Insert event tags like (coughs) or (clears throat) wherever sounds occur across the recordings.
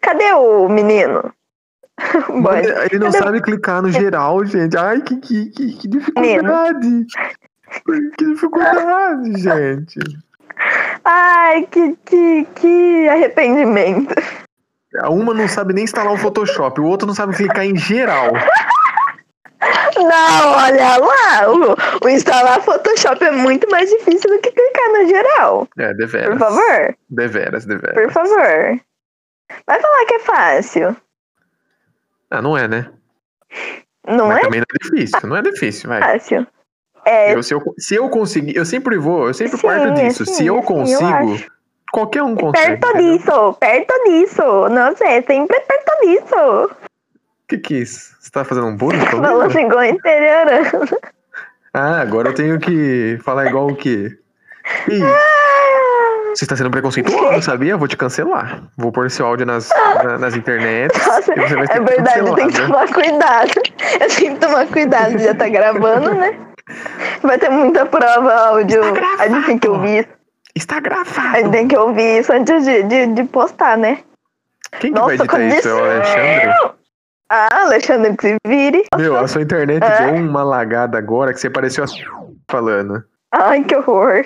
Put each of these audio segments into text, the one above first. Cadê o menino? (laughs) Mano, Boy. ele não sabe clicar no é geral, gente. Ai, que, que, que, que dificuldade. Que dificuldade, (laughs) gente. Ai, que, que, que arrependimento. Uma não sabe nem instalar o Photoshop, o outro não sabe clicar em geral. Não, olha lá, o, o instalar Photoshop é muito mais difícil do que clicar no geral. É, Por deveras. favor, Deveras, deveras. por favor. Vai falar que é fácil. Ah, não é, né? Não Mas é também não é difícil, não é difícil, vai. fácil. É, Eu, se, eu, se eu conseguir, eu sempre vou, eu sempre Sim, parto disso. sim, se eu sim, eu consigo, acho. qualquer um consegue. perto entendeu? disso, perto disso. Nossa, é sempre perto disso. assim, O que que é isso? Você tá fazendo um bullying comigo? Falando igual (laughs) interiorano. Ah, agora eu tenho que falar igual o quê? Ih, Ah, você está sendo preconceituoso, sabia? Eu vou te cancelar. Vou pôr esse áudio nas, na- (laughs) nas internets. Nossa, e você vai ser é verdade, tem que cancelada. tomar cuidado. Eu tenho que tomar cuidado, já tá gravando, né? Vai ter muita prova áudio. A gente tem que ouvir isso. Está A gente gravado. tem que ouvir isso antes de, de, de postar, né? Quem que vai editar como isso? É o Alexandre? Ah, Alexandre, que se vire. Meu, a sua internet É. deu uma lagada agora que você pareceu assim (laughs) falando. Ai, que horror.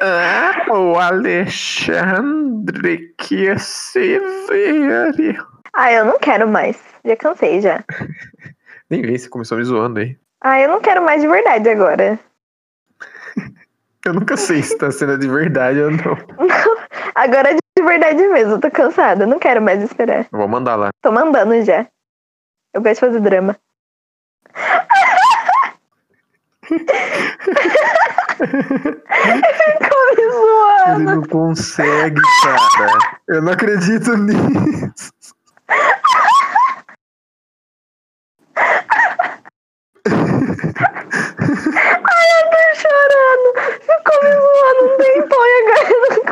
Ah, o Alexandre que se vire. Ai, Ah, eu não quero mais. Já cansei, já. Nem vi, você começou me zoando aí. Ai, eu não quero mais de verdade agora. (laughs) Eu nunca sei se tá sendo de verdade ou não. Agora é de verdade mesmo, eu tô cansada. eu Não quero mais esperar. Eu vou mandar lá. (laughs) Tô mandando já. Eu gosto de fazer drama. Ficou me Ele zoando. não consegue, cara. Eu não acredito nisso. Ai, eu tô chorando. Ficou me zoando um tempão e agora ele não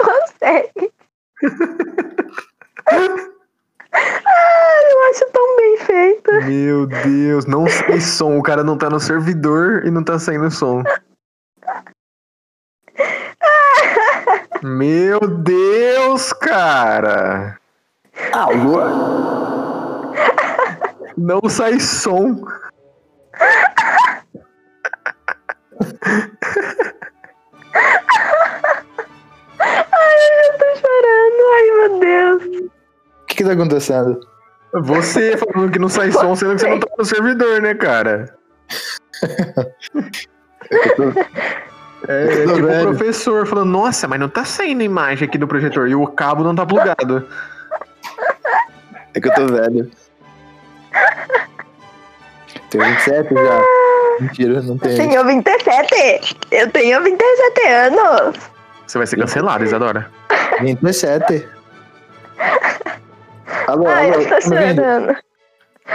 consegue. Ai, eu acho tão bem feito. Meu Deus, não sai som. O cara não tá no servidor e não tá saindo som. Meu Deus, cara. Alô? Não sai som. Ai, eu já tô chorando. Ai, meu Deus. O que, que tá acontecendo? Você falando que não sai som, sendo que você não tá no servidor, né, cara? Eu tô- É, Eu é tô tipo o velho. professor falando, nossa, mas não tá saindo imagem aqui do projetor e o cabo não tá plugado. É que eu tô velho. Tenho 27 já. Mentira, não É. tenho. Tenho 27. Eu tenho 27 anos. Você vai ser (laughs) cancelado, Isadora. 27. Alô, Ai, alô, Ah, eu tô tá me ouvindo? chorando.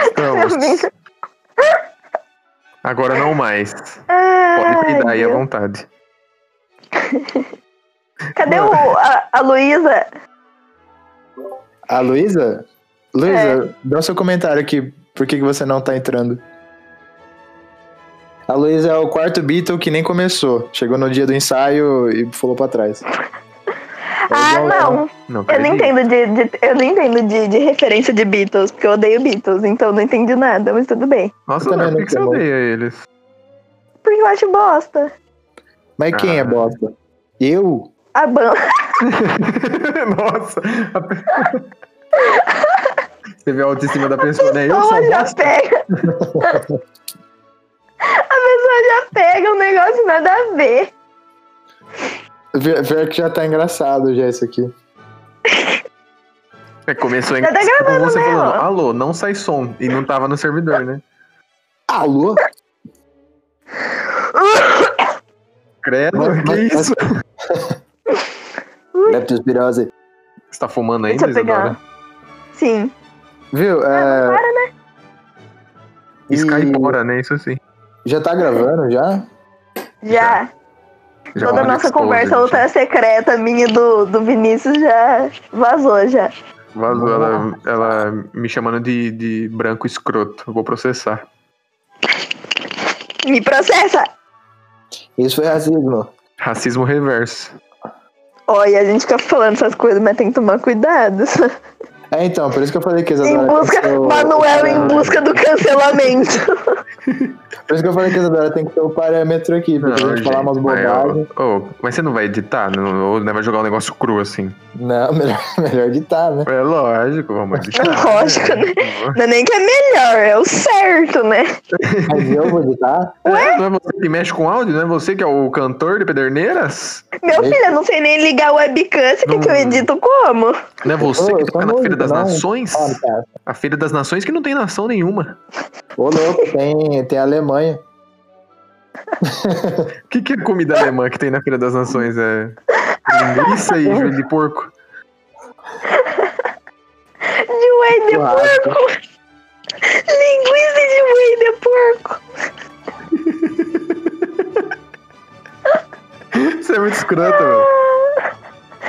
Então, Eu vim- agora não mais. Pode Ai, peidar aí à Deus. vontade. Cadê o, a, a Luísa? A Luísa? Luísa, É. dá o seu comentário aqui. Por que, que você não tá entrando? A Luísa é o quarto Beatle que nem começou. Chegou no dia do ensaio e falou pra trás. Ah, um- igual ela. não. Não, Eu não acredito. entendo de, de- eu não entendo de, de referência de Beatles, porque eu odeio Beatles, então não entendi nada, mas tudo bem. Nossa, Eu também Dora, por que não que você entendo. odeia eles? (laughs) Porque eu acho bosta. Mas quem Ah. é bosta? Eu? A banda. Nossa. a pe- Você vê a autoestima da pessoa, né? Eu pessoa sou já bosta. pega. a pessoa já pega um negócio nada a ver. Ver ver que já tá engraçado já isso aqui. É, começou em Já tá com gravando, você né, falando, ó? alô, não sai som. E não tava no servidor, né? Alô? Credo, Mas- que mas- isso? Leptospirose. Você tá fumando Deixa ainda, eu pegar. Isadora? Sim. Viu? É... para, né? Sky fora, né? Isso sim. Já tá gravando já? Já. Já Toda a olha nossa exposed, conversa gente. ultra secreta minha e do, do Vinícius já vazou já. Vazou, ela, ela me chamando de, de branco escroto. Eu Vou processar. Me processa! Isso foi racismo. Racismo reverso. Olha, a gente fica falando essas coisas, mas tem que tomar cuidado. É, então, por isso que eu falei que a Em Isadora busca, é. tem que ser o- Manuel em busca do cancelamento. Por isso que eu falei que a Isadora tem que ter o parâmetro aqui, pra gente falar umas mas, bobagens. ô, ô, mas você não vai editar? Não, ou não vai jogar um negócio cru assim? Não, (laughs) melhor, melhor editar, né? É lógico, vamos editar. Lógico, né? Não é nem que é melhor, é o certo, né? Mas eu vou tá? editar. É, não é você que mexe com áudio? Não é você que é o cantor de Pederneiras? Meu filho, eu não sei nem ligar o webcam, você quer que eu Não. edito como? Não é você Ô, que eu sou toca na Feira músico, das não. Nações? Ah, cara. A Feira das Nações que não tem nação nenhuma. Ô, louco, tem, tem a Alemanha. O que, que é comida alemã que tem na Feira das Nações? É linguiça e joelho de porco? De whey de Churrasco. porco! (laughs) Linguiça de whey de porco! Você é muito escroto, velho.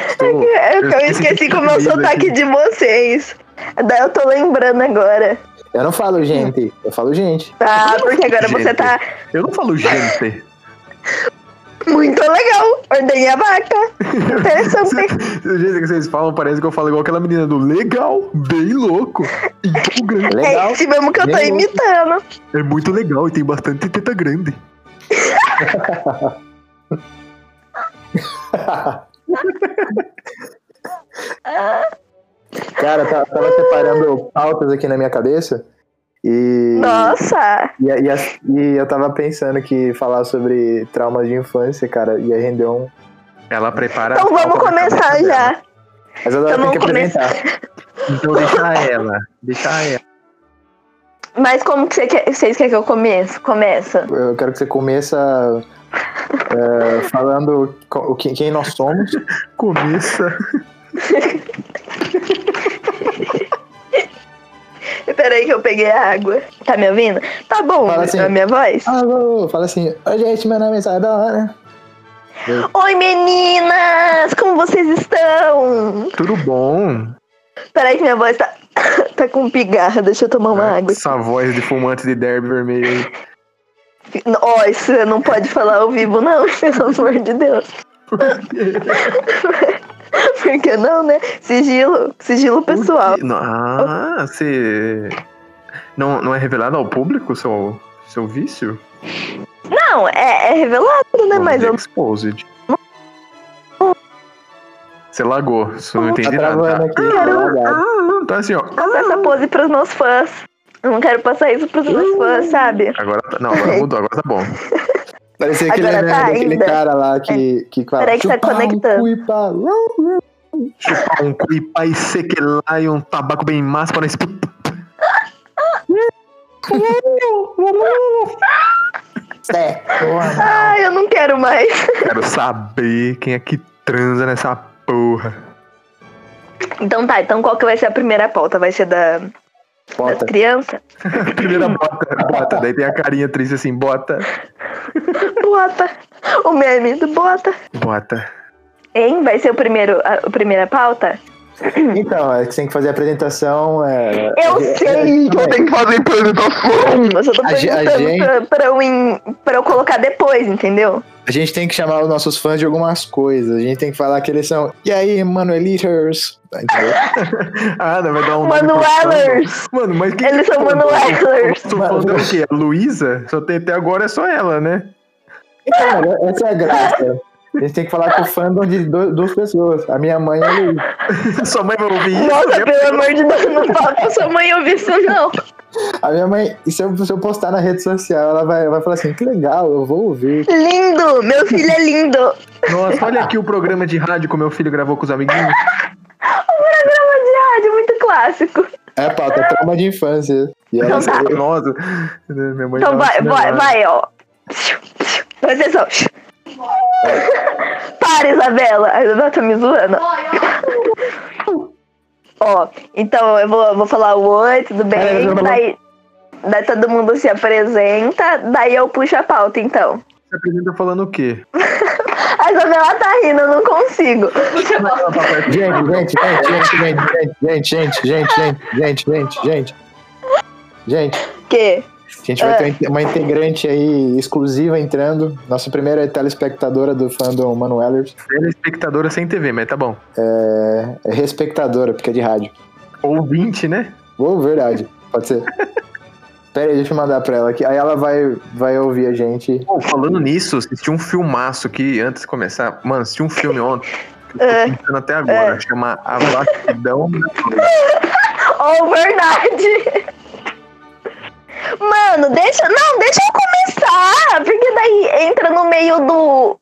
Estou- É que eu esqueci de esqueci como é o comida sotaque aqui. de vocês. Daí eu tô lembrando agora. Eu não falo gente, eu falo gente. Tá, porque agora você Gente. tá Eu não falo gente. muito legal. Ordenhei a vaca. (laughs) Interessante. O jeito que vocês falam parece que eu falo igual aquela menina do legal, bem louco, empolgante. É Legal. esse mesmo que eu tô Bem louco. imitando. É muito legal e tem bastante teta grande. Cara, eu tava, tava separando pautas aqui na minha cabeça. E, Nossa. e, e as- e eu tava pensando que falar sobre traumas de infância, cara, ia render um. Ela prepara. Então a vamos pauta na começar cabeça dela. já. Mas agora Então tem que vamos começar. apresentar. Então deixa ela. Deixa ela. Mas como que você quer- vocês querem que eu comece? Começa. Eu quero que você começa é, falando co- o que- quem nós somos. Começa. Peraí que eu peguei a água. Tá me ouvindo? Tá bom Fala assim. a minha voz? Alô, fala assim, oi gente, meu nome é Isadora. Oi meninas, como vocês estão? Tudo bom? Peraí que minha voz tá, (coughs) tá com pigarra, deixa eu tomar uma água. Né? Essa voz de fumante de derby vermelho aí. Ó, isso você não pode falar ao vivo não, (laughs) pelo amor de Deus. Por que não, né? Sigilo, sigilo pessoal. Não- Ah, você. Não, não é revelado ao público seu, seu vício? Não, é, é revelado, né? Vamos Mas dizer eu Exposed. Você lagou, isso eu não Tá entendi travando nada. aqui. tá lagado. Então assim, ó. não passo essa pose pros meus fãs. Eu não quero passar isso pros meus fãs, sabe? Agora tá. Não, agora mudou, agora tá bom. Parecia aquele, Agora tá meme daquele ainda. cara lá que, que fala. Peraí que tá "Chupa o conectando." cu e pá. Chupar um cu e pai sequelar e um tabaco bem massa para nesse. Sé, porra. Ah, eu não quero mais. (laughs) Quero saber quem é que transa nessa porra. (laughs) Então tá, então qual que vai ser a primeira pauta? Vai ser da, das (clears throat) Bota. crianças? Primeira bota, bota. Daí tem a carinha triste assim, bota, Bota! O meme do Bota. bota. Hein? Vai ser o primeiro, a, a primeira pauta? Então, é que você tem que fazer a apresentação. É, Eu a gente- sei que eu tenho que fazer apresentação! Mas eu tô A ge- a perguntando gente- pra, pra eu in- pra eu colocar depois, entendeu? A gente tem que chamar os nossos fãs de algumas coisas. A gente tem que falar que eles são. E aí, Manueliters? Entendeu? Ah, não, vai dar um. nome pro Manuelers! fã. Mano, mas quem Eles são Manuelers! Tô falando o quê? A Luísa? Só tem até agora é só ela, né? (laughs) Então, cara, essa é a graça. A gente tem que falar com o fandom de do- duas pessoas. A minha mãe e a Luísa. Sua mãe vai ouvir isso. Nossa, né? pelo amor de Deus, não fala pra sua mãe ouvir isso, não. A minha mãe, e se eu, se eu postar na rede social, ela vai, vai falar assim: que legal, eu vou ouvir. Lindo! Meu filho é lindo! O Nossa, olha aqui o programa de rádio que o meu filho gravou com os amiguinhos. Um programa de rádio, muito clássico. É, pauta, é trauma de infância. E ela, Então tá. Nossa, é minha mãe Então tava vai, assim vai, agora. vai, ó. Presta atenção. Para, Isabela. A Isabela tá me zoando. Ó, então eu vou, vou falar o oi, tudo Pera, bem? Isabela. Daí, daí todo mundo se apresenta, daí eu puxo a pauta, então. Você apresenta falando o quê? A Isabela tá rindo, eu não consigo. (laughs) Gente, gente, gente, gente, gente, gente, gente, gente, gente, gente, gente, gente. Gente, Que? a gente vai ter uma integrante aí exclusiva entrando. Nossa primeira telespectadora do fandom Manuelers. Ela é espectadora sem TV, mas tá bom. É, é respectadora, porque é de rádio. Ou 20, né? Ou verdade, pode (laughs) ser. Pera aí, deixa eu mandar pra ela aqui. Aí ela vai, vai ouvir a gente. Pô, falando nisso, assisti um filmaço que antes de começar. Mano, assisti um filme ontem. que eu É. Tô pensando até agora. Chama A Vastidão né? da Noite. Oh, verdade! Mano, deixa. Não, deixa eu começar! Porque daí entra no meio do.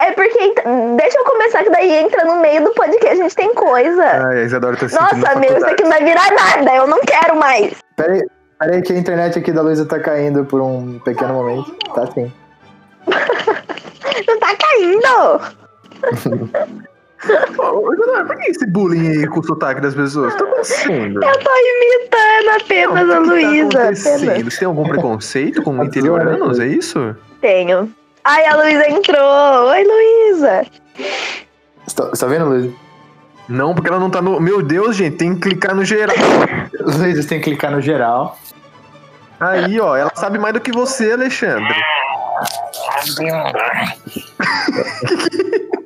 É porque. entra- Deixa eu começar, que daí entra no meio do podcast. A gente tem coisa. Ai, a Isadora tá se sentindo na Nossa, meu, isso faculdade. aqui não vai virar nada. Eu não quero mais. Pera aí, pera aí que a internet aqui da Luísa tá caindo por um pequeno momento. Tá sim. Não tá caindo! Ô, Isadora, por que esse bullying aí com o sotaque das pessoas? Tá (laughs) acontecendo. Eu tô imitando apenas a O que que Luísa. Tá apenas. acontecendo? Você tem algum preconceito (laughs) com interioranos? É isso? Tenho. Ai, a Luísa entrou! Oi, Luísa! Você tá, você tá vendo, Luísa? Não, porque ela não tá no. Meu Deus, gente, tem que clicar no geral. Luísa, você tem que clicar no geral. Aí, ó, ela sabe mais do que você, Alexandre.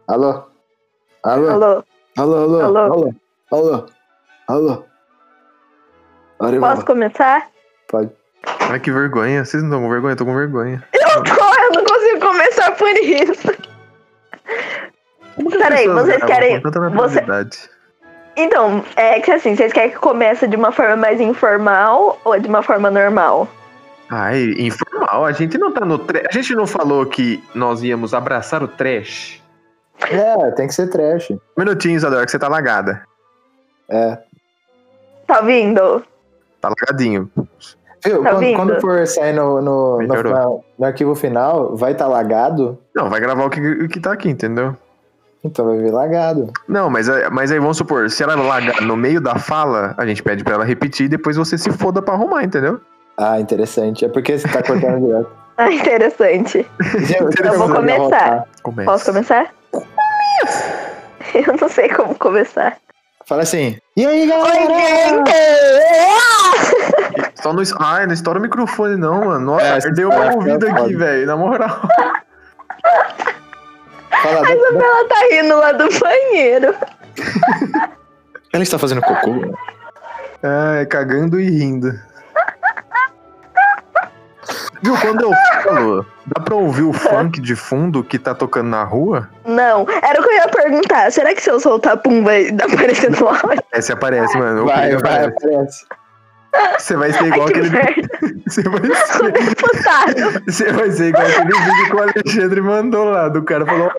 Alô? Ah, Alô? Alô, Alô, Alô? alô? Alô? Alô? Alô? Alô? posso começar? Pode. Ai, que vergonha. Vocês não estão com vergonha? Eu tô com vergonha. Eu tô, eu não consigo começar por isso. Como que as Peraí, pessoas vocês gravam querem- Com tanta você- naturalidade? Então, é que assim, vocês querem que comece de uma forma mais informal ou de uma forma normal? Ai, informal. A gente não tá no. Tre... A gente não falou que nós íamos abraçar o trash. É, tem que ser trash. Um minutinho, Isadora, que você tá lagada. É. Tá vindo? Tá lagadinho. Viu? Tá quando, vindo? quando for sair no, no, no, Melhorou. final- no arquivo final, vai estar tá lagado? Não, vai gravar o que, o que tá aqui, entendeu? Então vai vir lagado. Não, mas, aí- mas aí vamos supor, se ela lagar no meio da fala, a gente pede pra ela repetir e depois você se foda pra arrumar, entendeu? Ah, interessante. É porque você tá cortando (laughs) direto. (laughs) Ah, interessante. Eu vou começar. Começa. Posso começar? (laughs) Eu não sei como começar. Fala assim. E aí, Oi, galera? gente! Só no, ai, não estoura o microfone, não, mano. Nossa, É, perdeu essa- uma essa ouvida é aqui, foda. velho. Na moral. Fala, A da- da- Isabela tá rindo lá do banheiro. ela está fazendo cocô? Ai, cagando e rindo. Viu, quando eu falo, dá pra ouvir o funk de fundo que tá tocando na rua? Não, era o que eu ia perguntar. Será que se eu soltar pum vai dar um parecendo no áudio? É, se aparece, mano. O Vai, clipe vai, aparece. aparece. Você vai ser Ai, (laughs) igual que aquele. merda. (laughs) Você vai ser... O deputado. Você vai ser igual aquele vídeo que o Alexandre mandou lá, do cara falou.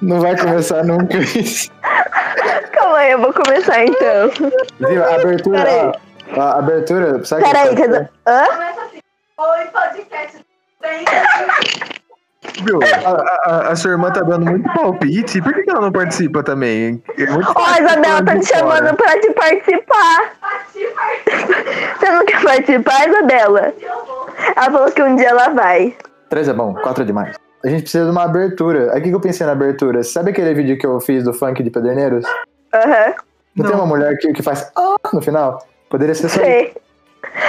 Não vai começar nunca isso. Calma aí, eu vou começar então. Viu? A abertura, Peraí. ó, a abertura, sabe Peraí, que quer dizer. Hã? Oi, assim, um podcast. Bem, (laughs) Viu, a, a- a sua irmã tá dando muito palpite. Por que, que ela não participa também? É muito Ó, a fácil Isabela tá de te fora. chamando pra te participar. Você não quer participar, Isabela? Ela falou que um dia ela vai. Três é bom, quatro é demais. A gente precisa de uma abertura. Aqui que eu pensei na abertura. Sabe aquele vídeo que eu fiz do funk de Pederneiros? Aham, Não, tem uma mulher que, que faz "Ah", no final? Poderia ser só isso. sei.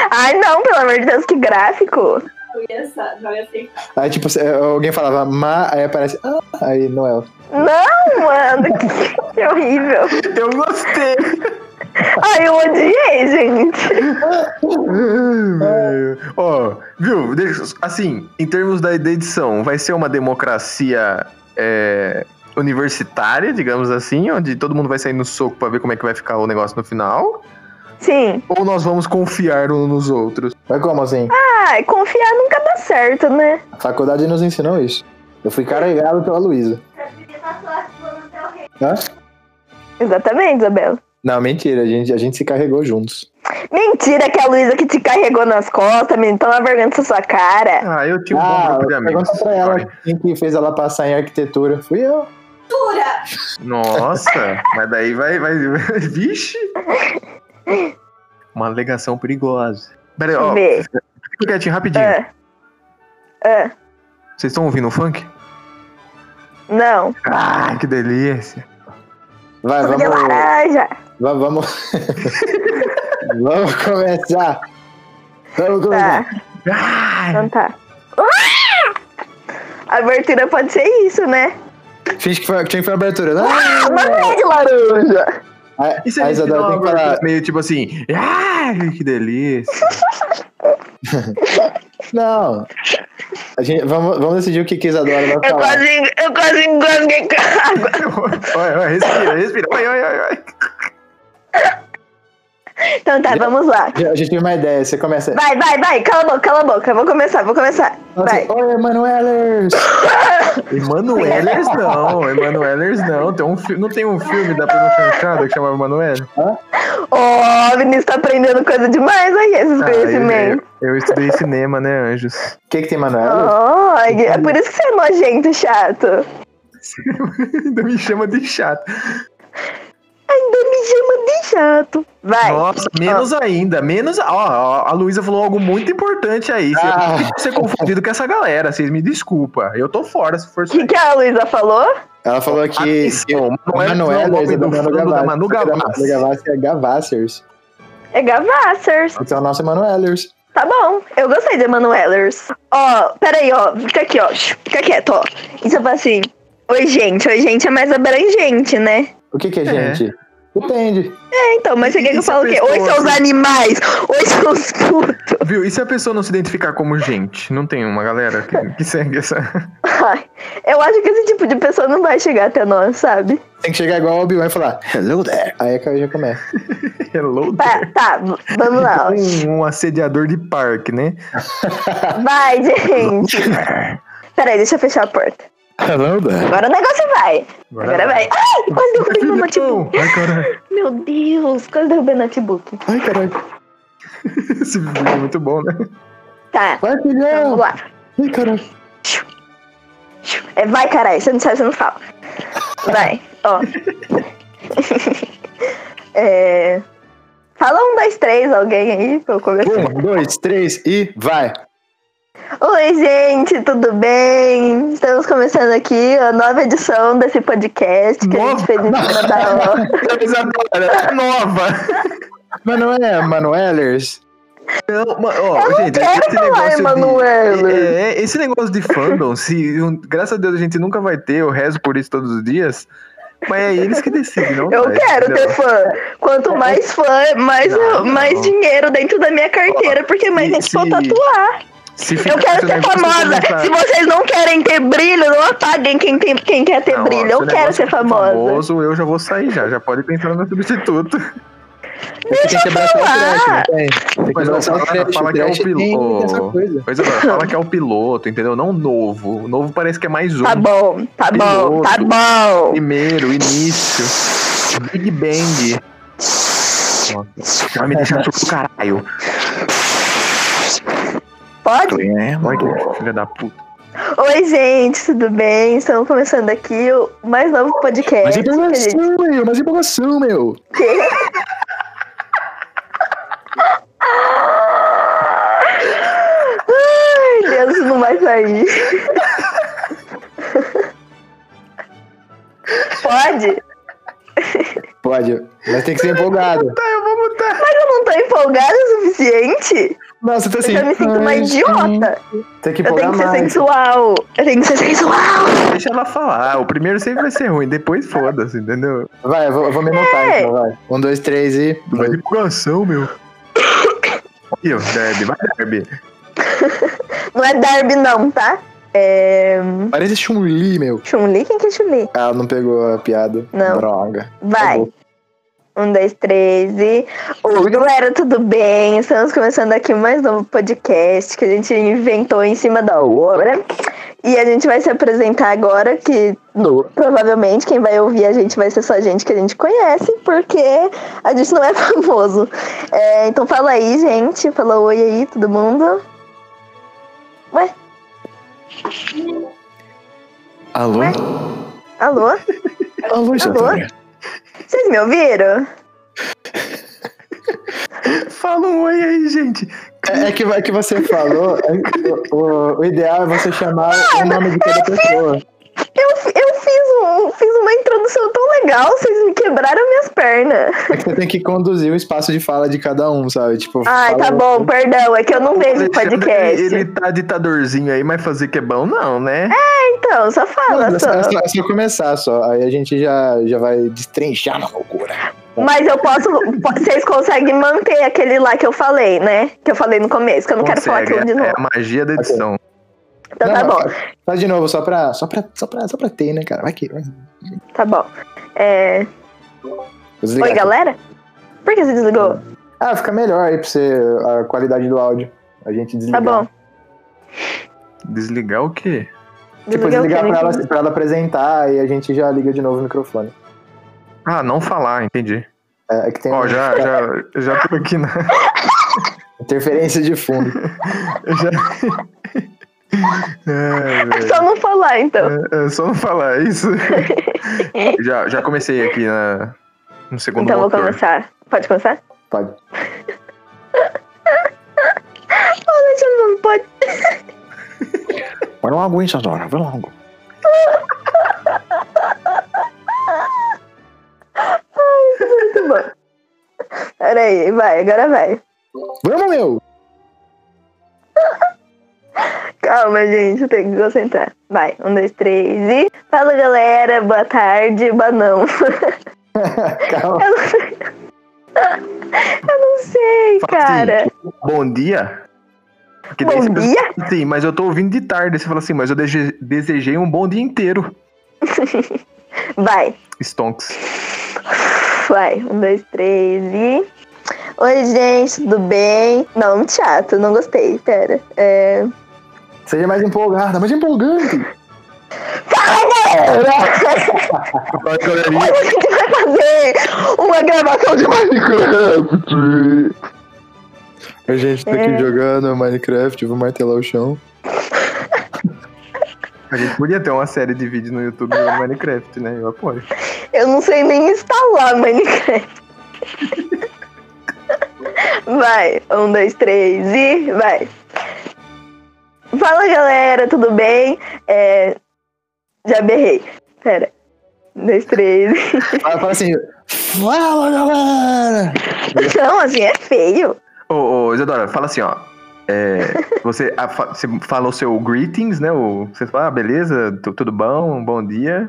Ai, não, pelo amor de Deus, que gráfico. não ia sa- não assim, ia aceitar. Aí, tipo, se- alguém falava ma, aí aparece "Ah", aí não é. Não, mano, que, (laughs) que horrível. Eu gostei. Ai, eu odiei, gente. Ai, velho. Ó, viu? Deixa, assim, em termos da da edição, vai ser uma democracia é, universitária, digamos assim, onde todo mundo vai sair no soco pra ver como é que vai ficar o negócio no final? Sim. Ou nós vamos confiar uns nos outros? Mas como assim? Ai, confiar nunca dá certo, né? A faculdade nos ensinou isso. Eu fui carregado pela Luísa. Hã? Exatamente, Isabela. Não, mentira, a gente, a gente se carregou juntos. Mentira que a Luísa que te carregou nas costas, menino, toma vergonha dessa sua cara. Ah, eu tinha um bom Ah, grupo de amigos. pergunta pra Olha, ela quem que fez ela passar em arquitetura. Fui eu. Dura! Nossa, mas daí vai, vai. (laughs) Vixe! Uma alegação perigosa. Peraí, ó. Vê. Fiquete, rapidinho. Ah, ah, Vocês estão ouvindo o funk? não. Ai, que delícia. Vai, Suco vamos, de va- laranja. vamos. vamos começar. Vamos Tá, começar. Ai, então tá. Ah! A abertura pode ser isso, né? Finge que foi, tinha que foi a abertura. né? Uma verde laranja. A, E se a a é gente der Isadora uma tem que falar. abertura meio tipo assim, ah, que delícia. (laughs) Não. A gente, vamos, vamos decidir o que, que a Isadora É vai Eu falar. quase, eu quase engasguei com a (laughs) água. Olha, olha, respira, respira. Oi, oi, oi, oi. Então tá, vamos lá. Já- A gente tem uma ideia, você começa. Vai, vai, vai. Cala a boca, cala a boca. Vou começar, vou começar. Vai. Você, assim, Oi, Manuelers! Emanuelers não, Emanuelers não. Tem um fi- não tem um filme da Bruno Chanchada que chamava Emanuel? Ó, o Vinícius tá aprendendo coisa demais aí, esses Ah, eu, conhecimentos. eu- eu estudei cinema, né, anjos? (laughs) O que, que tem Manuelers? Ó, é por isso que você é nojento, chato. Ainda me chama de chato. Ainda me chama de chato. Vai. Nossa, menos ainda, menos. Ó, ó, a Luísa falou algo muito importante aí. Você Ah. ser confundido com essa galera, vocês me desculpa. Eu tô fora se for O que, que a Luísa falou? Ela falou que. Atenção, que Manuelers Manuelers Ah, é é o da nome do Manu fundo da Gavassi. Manu Da Manu Gavassi. Gavassi é Gavassers. É Gavassers. Então, nosso Manuelers. Tá bom, eu gostei de Emanuelers. Ó, peraí, ó, fica aqui, ó, shh, fica quieto, ó. Isso eu falo assim, oi gente, oi gente é mais abrangente, né? O que, que é, É. gente? Depende. É, então, mas você E- quer que e eu se a falo o quê? Oi pessoa- seus animais, oi seus putos. Viu? E se a pessoa não se identificar como gente? Não tem uma galera que, que segue essa. (laughs) Ai, eu acho que esse tipo de pessoa não vai chegar até nós, sabe? Tem que chegar igual ao Obi-Wan e falar Hello there. Aí é que eu já começo. Hello, Tá, É, there. tá, v- vamos lá, ó. (laughs) Um, um assediador de parque, né? Vai, gente. Peraí, deixa eu fechar a porta. Hello there. Agora o negócio vai. Agora vai. Ai, quase derrubei meu tipo, notebook. Filhão! Ai, caralho. Meu Deus, quase derrubei o notebook. Ai, caralho. Esse vídeo é muito bom, né? Tá, Vai, vamos filhão. lá. Ai, caralho. É, vai, caralho, você não sabe, você não fala. Vai, ó. É, Fala um, dois, três, alguém aí, pra eu começar. Um, dois, três e vai. Oi, gente, tudo bem? Estamos começando aqui a nova edição desse podcast que a Nova? gente fez em cima (laughs) da hora. Isadora, É nova! Mas não é Manuelers? Não, ma- ó, gente, quero esse falar, negócio, Emanuele. de, é, é, esse negócio de fandom, se, um, graças a Deus a gente nunca vai ter, eu rezo por isso todos os dias, mas é eles que decidem, não Eu nós, quero entendeu? ter fã. Quanto mais fã, mais, Não, mais não. dinheiro dentro da minha carteira, porque mais se- gente pra eu se- tatuar. Se fica Eu quero com ser esse negócio, famosa. você não tá- Se vocês não querem ter brilho, não apaguem quem, tem- quem quer ter Não, ó, brilho. se Eu o quero negócio ser fica famosa. é famoso, eu já vou sair já, já pode pensar no meu substituto. Você tem que abraçar o trash, não tem? Tem Mas que não, abraçar o fala- trash. fala O que é o trash tem piloto. essa coisa. Pois é, fala que é o piloto, entendeu? Não o novo. O novo parece que é mais um. Tá bom, tá bom, tá bom. Primeiro, início. Big Bang. Nossa, vai me deixar surdo do caralho. Pode? É, olha que filha da puta. Oi, gente, tudo bem? Estamos começando aqui o mais novo Mas podcast. que a gente- empolgação, meu. Mas empolgação, meu. Ai, Deus, não vai sair. Pode? Pode. Mas tem que ser empolgado. Tá, eu vou mutar. Mas eu não tô empolgada o suficiente? Nossa, tá Eu assim. Tipo, já me sinto uma ai, idiota. sim. Tem que Eu tenho empolgar que ser mais. sensual. Eu tenho que ser (laughs) sensual. Deixa ela falar. O primeiro sempre vai ser ruim, depois foda-se, entendeu? Vai, eu vou, eu vou me montar É. então, vai. Um, dois, três e. Vai de coração, meu. Ih, o Derby, vai, Derby. Não é Darby, não, tá? É. Parece Chun-Li, meu. Chun-Li? Quem que é Chun-Li? Ah, não pegou a piada. Não. Droga. Vai. Acabou. Um, dois, três e. Oi, galera, tudo bem? Estamos começando aqui mais novo podcast que a gente inventou em cima da hora. E a gente vai se apresentar agora, que no- provavelmente quem vai ouvir a gente vai ser só gente que a gente conhece, porque a gente não é (laughs) famoso. É, então fala aí, gente. Fala oi aí, todo mundo. Ué, Alô? Ué? alô? Alô, Isadora? Vocês me ouviram? Fala um oi aí, gente. É, é que, é que você falou. é que o, o- o ideal é você chamar o nome de cada pessoa. Eu, fi- eu fiz, um, fiz uma introdução tão legal, vocês me quebraram minhas pernas. É que você tem que conduzir o espaço de fala de cada um, sabe? Tipo, Ai, fala- tá bom, perdão, é que eu não vejo Alexandre, podcast. Ele, ele tá ditadorzinho aí, mas fazer que é bom não, né? Então, só Não, fala é só, é só. só- é só começar só. Aí a gente já, já vai destrinchar na loucura. Mas eu posso. po- Vocês conseguem manter aquele lá que eu falei, né? Que eu falei no começo, que eu não quero falar Consegue, aquilo de é, novo. é a magia da edição. Então tá Não, bom. faz- Faz de novo, só pra, só pra, só pra, só pra ter, né, cara? Vai que. Vai. Tá bom. É, Vou desligar Oi, aqui. galera? Por que você desligou? Ah, fica melhor aí pra você a qualidade do áudio. A gente Tá desligar. bom. Desligar o quê? Tipo, Desliguei o desligar quê? pra ela, pra ela apresentar e a gente já liga de novo o microfone. Ah, não falar, entendi. É, é que tem Ó, já, já, já tô aqui na. (laughs) interferência de fundo. Já... Ai, É (laughs) velho. só não falar, então. É, é só não falar isso. (laughs) (laughs) já, já comecei aqui na, no segundo então vou motor. começar. Pode começar? Pode. Não, Alexandre, não pode. (laughs) Vai logo, hein, Sazora? Vai logo. Muito bom. Peraí, vai, agora vai. Vamos, meu! Calma, gente, eu tenho que concentrar. Vai, um, dois, três e. Fala, galera, boa tarde, boa não. (laughs) Calma. Eu não sei. Eu não (laughs) sei, Fala assim, cara. Bom dia. Porque daí Bom você pensa dia? assim, mas eu tô ouvindo de tarde. Você fala assim, mas eu dese- desejei um bom dia inteiro. (laughs) Vai. Stonks. Vai, um, dois, três e. Oi, gente, tudo bem? Não, muito chato, não gostei, pera. É... Seja mais empolgada, mais empolgante. (laughs) Fala, galerinha. A gente vai fazer uma gravação de mais. Minecraft! A gente tá aqui É. jogando Minecraft, vou martelar o chão. A gente podia ter uma série de vídeos no YouTube do Minecraft, né? Eu apoio. Eu não sei nem instalar Minecraft. Vai, um, dois, três e. Vai. Fala, galera, tudo bem? É... Já berrei. Pera. Um, dois, três. Fala, fala assim, fala galera! (laughs) Não, assim é feio. Ô, ô, Isadora, fala assim, ó. É, você, a, fa- você fala o seu greetings, né? O, você fala, ah, beleza, tu- tudo bom, Um bom dia.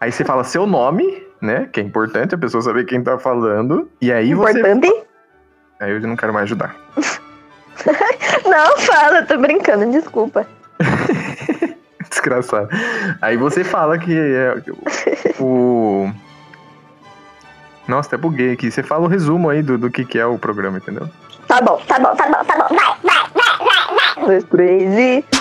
Aí você fala seu nome, né? Que é importante a pessoa saber quem tá falando. E aí você. Importante. Aí eu não quero mais ajudar. Não, fala, tô brincando, desculpa. (laughs) Desgraçado. Aí você fala que é o. Nossa, até buguei aqui. Você fala o resumo aí do, do que, que é o programa, entendeu? Tá bom, tá bom, tá bom, tá bom. Vai, vai, vai, vai, vai. Um, dois, três e.